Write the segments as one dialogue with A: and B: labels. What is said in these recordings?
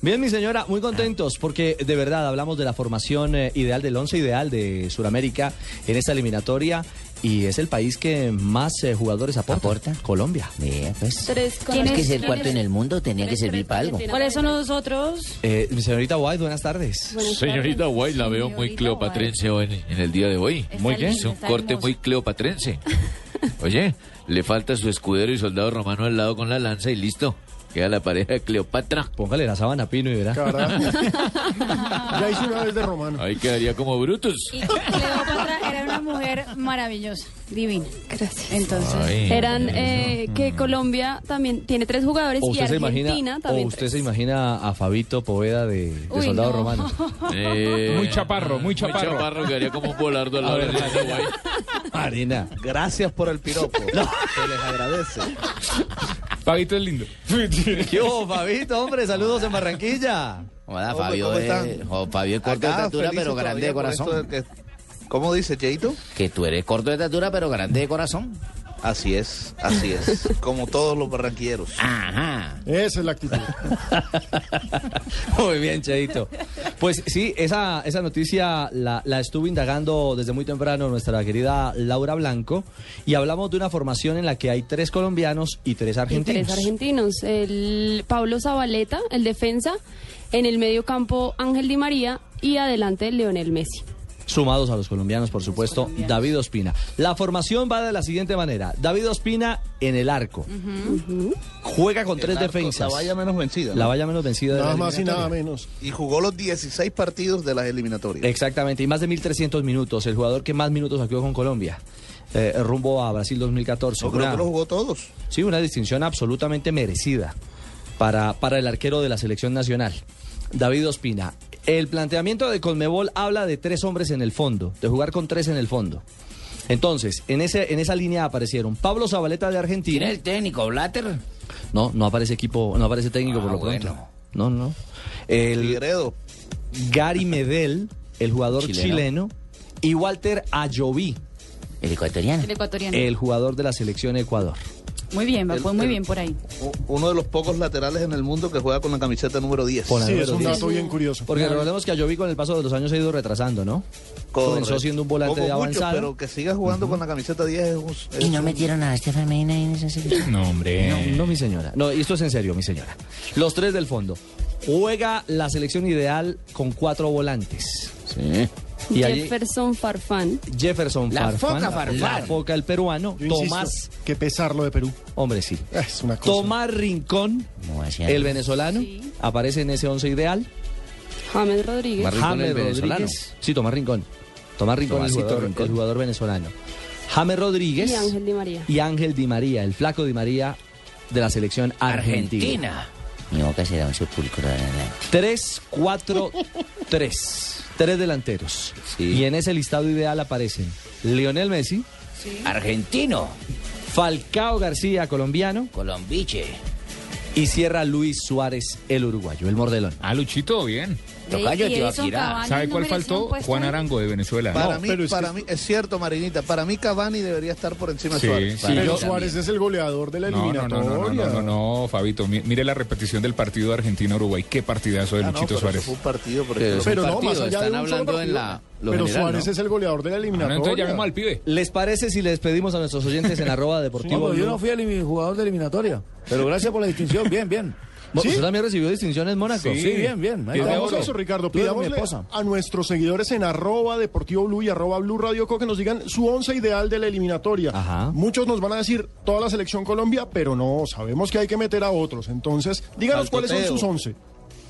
A: Bien, mi señora, muy contentos porque de verdad hablamos de la formación eh, ideal del once ideal de Sudamérica en esta eliminatoria y es el país que más eh, jugadores aporta,
B: ¿Aporta?
A: Colombia.
B: Vea, pues.
C: Tres con-
B: es que
C: ¿Quién
B: ser
C: es?
B: cuarto en el mundo tenía que servir para algo.
C: Por eso nosotros.
A: Eh, mi señorita White, buenas tardes.
D: Señorita Guay, la veo muy cleopatrense hoy en, en el día de hoy.
E: Muy bien.
D: Es un corte muy cleopatrense. Oye, le falta su escudero y soldado romano al lado con la lanza y listo. Queda la pareja de Cleopatra.
A: Póngale la sábana pino y verá.
E: Cabrón.
F: Ya hice una vez de romano.
D: Ahí quedaría como Brutus.
E: Y Cleopatra era una mujer maravillosa, divina.
C: Gracias.
E: Entonces,
D: Ay,
C: Eran
D: eso.
C: eh, que Colombia también tiene tres jugadores
A: ¿O
C: Pues, y
A: usted, se
C: Argentina
A: imagina, o
C: también. pues.
A: usted
C: tres.
A: se imagina a Fabito Poveda de, de
E: Uy,
A: Soldado
E: no.
A: Romano?
D: Eh,
G: Muy chaparro, muy chaparro.
D: Muy chaparro, quedaría como un volardo al lado de la Guay.
A: Marina.
H: Gracias por el piropo. Se les agradece.
G: Paguito es lindo.
A: ¿Qué hubo, Fabito? Hombre, saludos en Barranquilla.
B: Hola,
H: Hombre,
B: Ah, Fabio,
H: ¿cómo
B: es,
H: están?
B: jo, Fabio es corto de
H: Acá,
B: estatura,
H: felices
B: pero grande de
H: todavía por esto
B: corazón.
H: de que- ¿Cómo dice, Cheito?
B: Que tú eres corto de estatura, pero grande de corazón.
H: Así es, así es. Como todos los barranquilleros.
B: Ajá.
F: Esa es la actitud.
A: Muy bien, Cheito. Pues sí, esa, esa noticia la, la estuvo indagando desde muy temprano nuestra querida Laura Blanco y hablamos de una formación en la que hay tres colombianos y tres
C: Y
A: argentinos.
C: tres argentinos. El Pablo Zabaleta, el defensa. En el medio campo, Ángel Di María. Y adelante, Leonel Messi.
A: Sumados a los colombianos, por supuesto, David Ospina. La formación va de la siguiente manera. David Ospina en el arco. Juega con tres
H: El arco,
A: defensas.
H: La valla menos vencida. ¿no?
A: La valla menos vencida de la
F: Nada más y
A: eliminatoria.
F: nada menos.
H: Y jugó los 16 partidos de las eliminatorias.
A: Exactamente, y más de 1.300 minutos. El jugador que más minutos ha jugado con Colombia. eh, rumbo a Brasil 2014.
H: Yo creo
A: Una-
H: que los jugó todos.
A: Sí, una distinción absolutamente merecida para, para el arquero de la selección nacional, David Ospina. El planteamiento de Conmebol habla de tres hombres en el fondo, de jugar con tres en el fondo. Entonces, en, ese, en esa línea aparecieron Pablo Zabaleta de
B: ¿Quién
A: Argentina.
B: es el técnico, Blatter?
A: No, no aparece equipo, no aparece técnico por
B: Ah,
A: lo pronto.
B: bueno.
A: No, no. El
H: Figueredo.
A: Gary Medel, el jugador chileno,
B: Chileno.
A: y Walter Ayoví,
B: El ecuatoriano.
E: el ecuatoriano.
A: el jugador de la selección Ecuador.
E: muy bien, va,
H: el-
E: pues muy
H: el-
E: bien por ahí.
H: u- Uno de los pocos laterales en el mundo que juega con la camiseta número 10.
A: Con la
F: Sí,
A: número
F: es un
A: 10.
F: dato bien curioso.
A: Porque recordemos que Ayoví con el paso de los años se ha ido retrasando, ¿no? Comenzó
H: Correcto.
A: siendo un volante
H: Poco
A: de
H: mucho,
A: avanzada.
H: pero que siga jugando con la camiseta 10 es un- es
B: Y no
H: un-
B: metieron a Estefan Medina en esa selección.
G: No, hombre.
A: No, no, mi señora. No, y esto es en serio, mi señora. Los tres del fondo. Juega la selección ideal con cuatro volantes.
B: Sí.
A: Y allí
C: Jefferson Farfán.
A: Jefferson
B: La
A: Farfán,
B: foca Farfán.
A: La foca el peruano.
F: Yo insisto,
A: Tomás,
F: que pesarlo de Perú.
A: hombre, sí.
F: Es una cosa.
A: Tomás Rincón,
B: Como hacían.
A: el venezolano,
E: Sí.
A: aparece en ese once ideal.
C: James Rodríguez.
B: Mar- Rincón,
A: James
B: el venezolano.
A: Rodríguez. Sí, Tomás Rincón. Tomás Rincón, el
B: Tomasito
A: jugador,
B: Rincón.
A: el jugador venezolano. James Rodríguez
C: Y Ángel Di María.
A: y Ángel Di María, el flaco Di María de la selección argentina.
B: Argentina. Mi boca será un sepulcro de adelante.
A: 3-4-3. Tres delanteros.
B: Sí.
A: Y en ese listado ideal aparecen Lionel Messi,
B: Argentino.
A: Falcao García, colombiano,
B: Colombiche.
A: y cierra Luis Suárez, el uruguayo, el mordelón.
G: Ah, Luchito, bien.
B: Tocayo
E: Y
B: te va a
E: Edison
B: tirar.
E: Cavani
G: ¿Sabe
E: no
G: cuál
E: merecía un
G: faltó?
E: puesto
G: Juan
E: ahí.
G: Arango de Venezuela.
H: Para
F: No,
H: mí,
F: pero es
H: para
F: que-
H: mí, es cierto, Marinita, para mí Cavani debería estar por encima
G: Sí,
H: de Suárez.
G: sí,
F: Pero
B: yo-
F: Suárez es el goleador de la
G: No, no, no,
F: eliminatoria.
G: no, no, no, no, no, Fabito. mi- Mire la repetición del partido Argentina-Uruguay. Qué partidazo de
H: Ah, no,
G: Luchito
H: pero
G: Suárez.
H: Fue un partido, por
D: Pero-
H: ejemplo.
F: Pero
D: un
F: no, más
D: partido,
F: allá de
D: están
F: un solo
D: hablando en la-
F: partido,
D: lo
F: Pero
D: general,
F: Suárez
D: ¿no?
F: es el goleador de la
G: Ah, no,
F: eliminatoria.
G: entonces llamemos al pibe.
A: ¿Les parece si les pedimos a nuestros oyentes en arroba deportivo? Blue?
H: fui jugador de eliminatoria. Pero gracias por la distinción, bien, bien.
A: Bueno,
F: ¿Sí?
A: ¿Usted también recibió distinciones en Mónaco?
H: bien.
G: Pibe de
F: Hagamos
G: oro.
F: eso, Ricardo.
H: Tú eres mi
F: Pidámosle
H: esposa.
F: a nuestros seguidores en arroba Deportivo Blue y arroba Blue Radio Co que nos digan su once ideal de la eliminatoria.
A: Ajá.
F: Muchos nos van a decir toda la selección Colombia, pero no, sabemos que hay que meter a otros. Entonces, díganos
H: Faltoteo.
F: cuáles son sus once.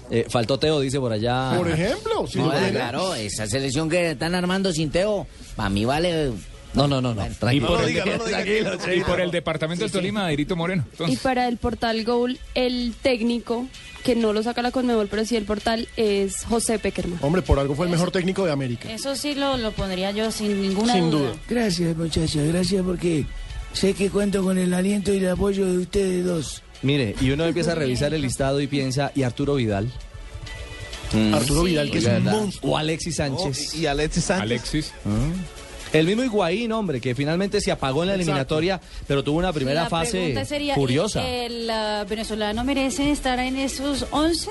A: Eh, faltó Teo, dice por allá.
F: Por ejemplo, si
B: No,
F: lo tienen.
G: eh.
B: claro, esa selección que están armando sin Teo, para mí vale.
A: No, no, no, no.
B: Y
A: Tranquilo.
H: No lo diga, no lo diga.
G: Y por el departamento del Tolima, Adirito Moreno.
C: Y
G: Entonces,
C: para el portal Goal, el técnico, que no lo saca la Conmebol, pero sí el portal, es José Peckerman.
F: Hombre, por algo fue el mejor técnico de América.
E: Eso sí lo, lo pondría yo sin ninguna
F: Sin duda.
I: Gracias, muchachos, gracias porque sé que cuento con el aliento y el apoyo de ustedes dos.
A: Mire, y uno empieza a revisar el listado y piensa, ¿y Arturo Vidal?
G: Eh,
F: Arturo Vidal, que
A: Oiga,
F: es un
A: ¿verdad?
F: monstruo.
A: O Alexis Sánchez.
H: y Alexis Sánchez.
G: Alexis.
A: El mismo Higuaín, hombre, que finalmente se apagó en la eliminatoria, pero tuvo una primera
E: La
A: fase
E: pregunta sería, uh,
A: curiosa.
E: ¿El, eh, venezolano merece estar en esos 11?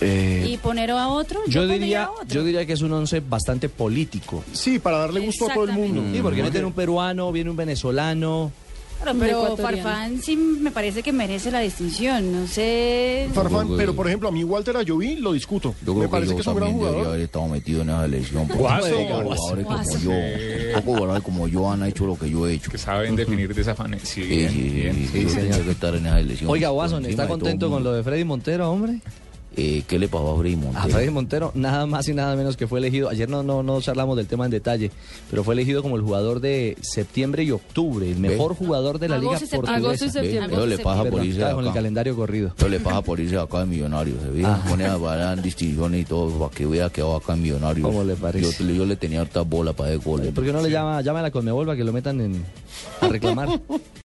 H: Eh,
E: y poner a otro.
A: Yo,
E: pondría
A: diría,
E: a otro.
A: yo diría que es un once bastante político.
F: Sí, para darle gusto a todo el mundo.
A: Sí, porque meten un peruano, viene un venezolano.
E: Claro,
C: Un
E: pero
C: ecuatoriano.
E: Farfán sí me parece que merece la distinción. No sé.
F: Farfán,
D: Yo-
F: pero por ejemplo, a mí Walter Ayoví lo discuto.
J: pues, Yo creo
F: Me parece que es un gran
J: también debería
F: jugador.
J: haber estado metido en esa elección. porque
G: Guaso.
J: pocos
E: Guaso.
J: jugadores como yo, pocos jugadores como yo han hecho lo que yo he hecho.
G: Que saben definir desafanes. Sí,
J: Sí,
G: bien,
J: sí, sí,
G: bien.
J: sí, yo tenía que estar en esa elección.
A: Oiga,
J: Por
A: Watson,
J: encima
A: ¿está
J: de todo
A: contento
J: el
A: con
J: mundo.
A: lo de Freddy Montero, hombre?
J: Eh, ¿Qué le pasó a Freddy
A: A
C: Ah,
J: Montero?
A: Freddy Montero, nada más y nada menos que fue elegido, ayer no, no, no charlamos del tema en detalle, pero fue elegido como el jugador de septiembre y octubre, el mejor jugador de la
E: Agosto y
A: Liga
E: septiembre.
A: Portuguesa.
C: Agosto y
J: Ve,
C: septiembre.
J: Eso le pasa
A: Pero
J: por irse de
A: claro, con el
J: acá.
A: calendario corrido.
J: Eso le pasa por irse acá de millonario. Se veía,
A: Ah.
J: pone a dar distinciones y todo para que hubiera quedado acá en millonario.
A: ¿Cómo le parece?
J: Yo, yo le tenía harta bola para de goles.
A: ¿Por qué no le llama, llama a la Conmebol para que lo metan en, a reclamar?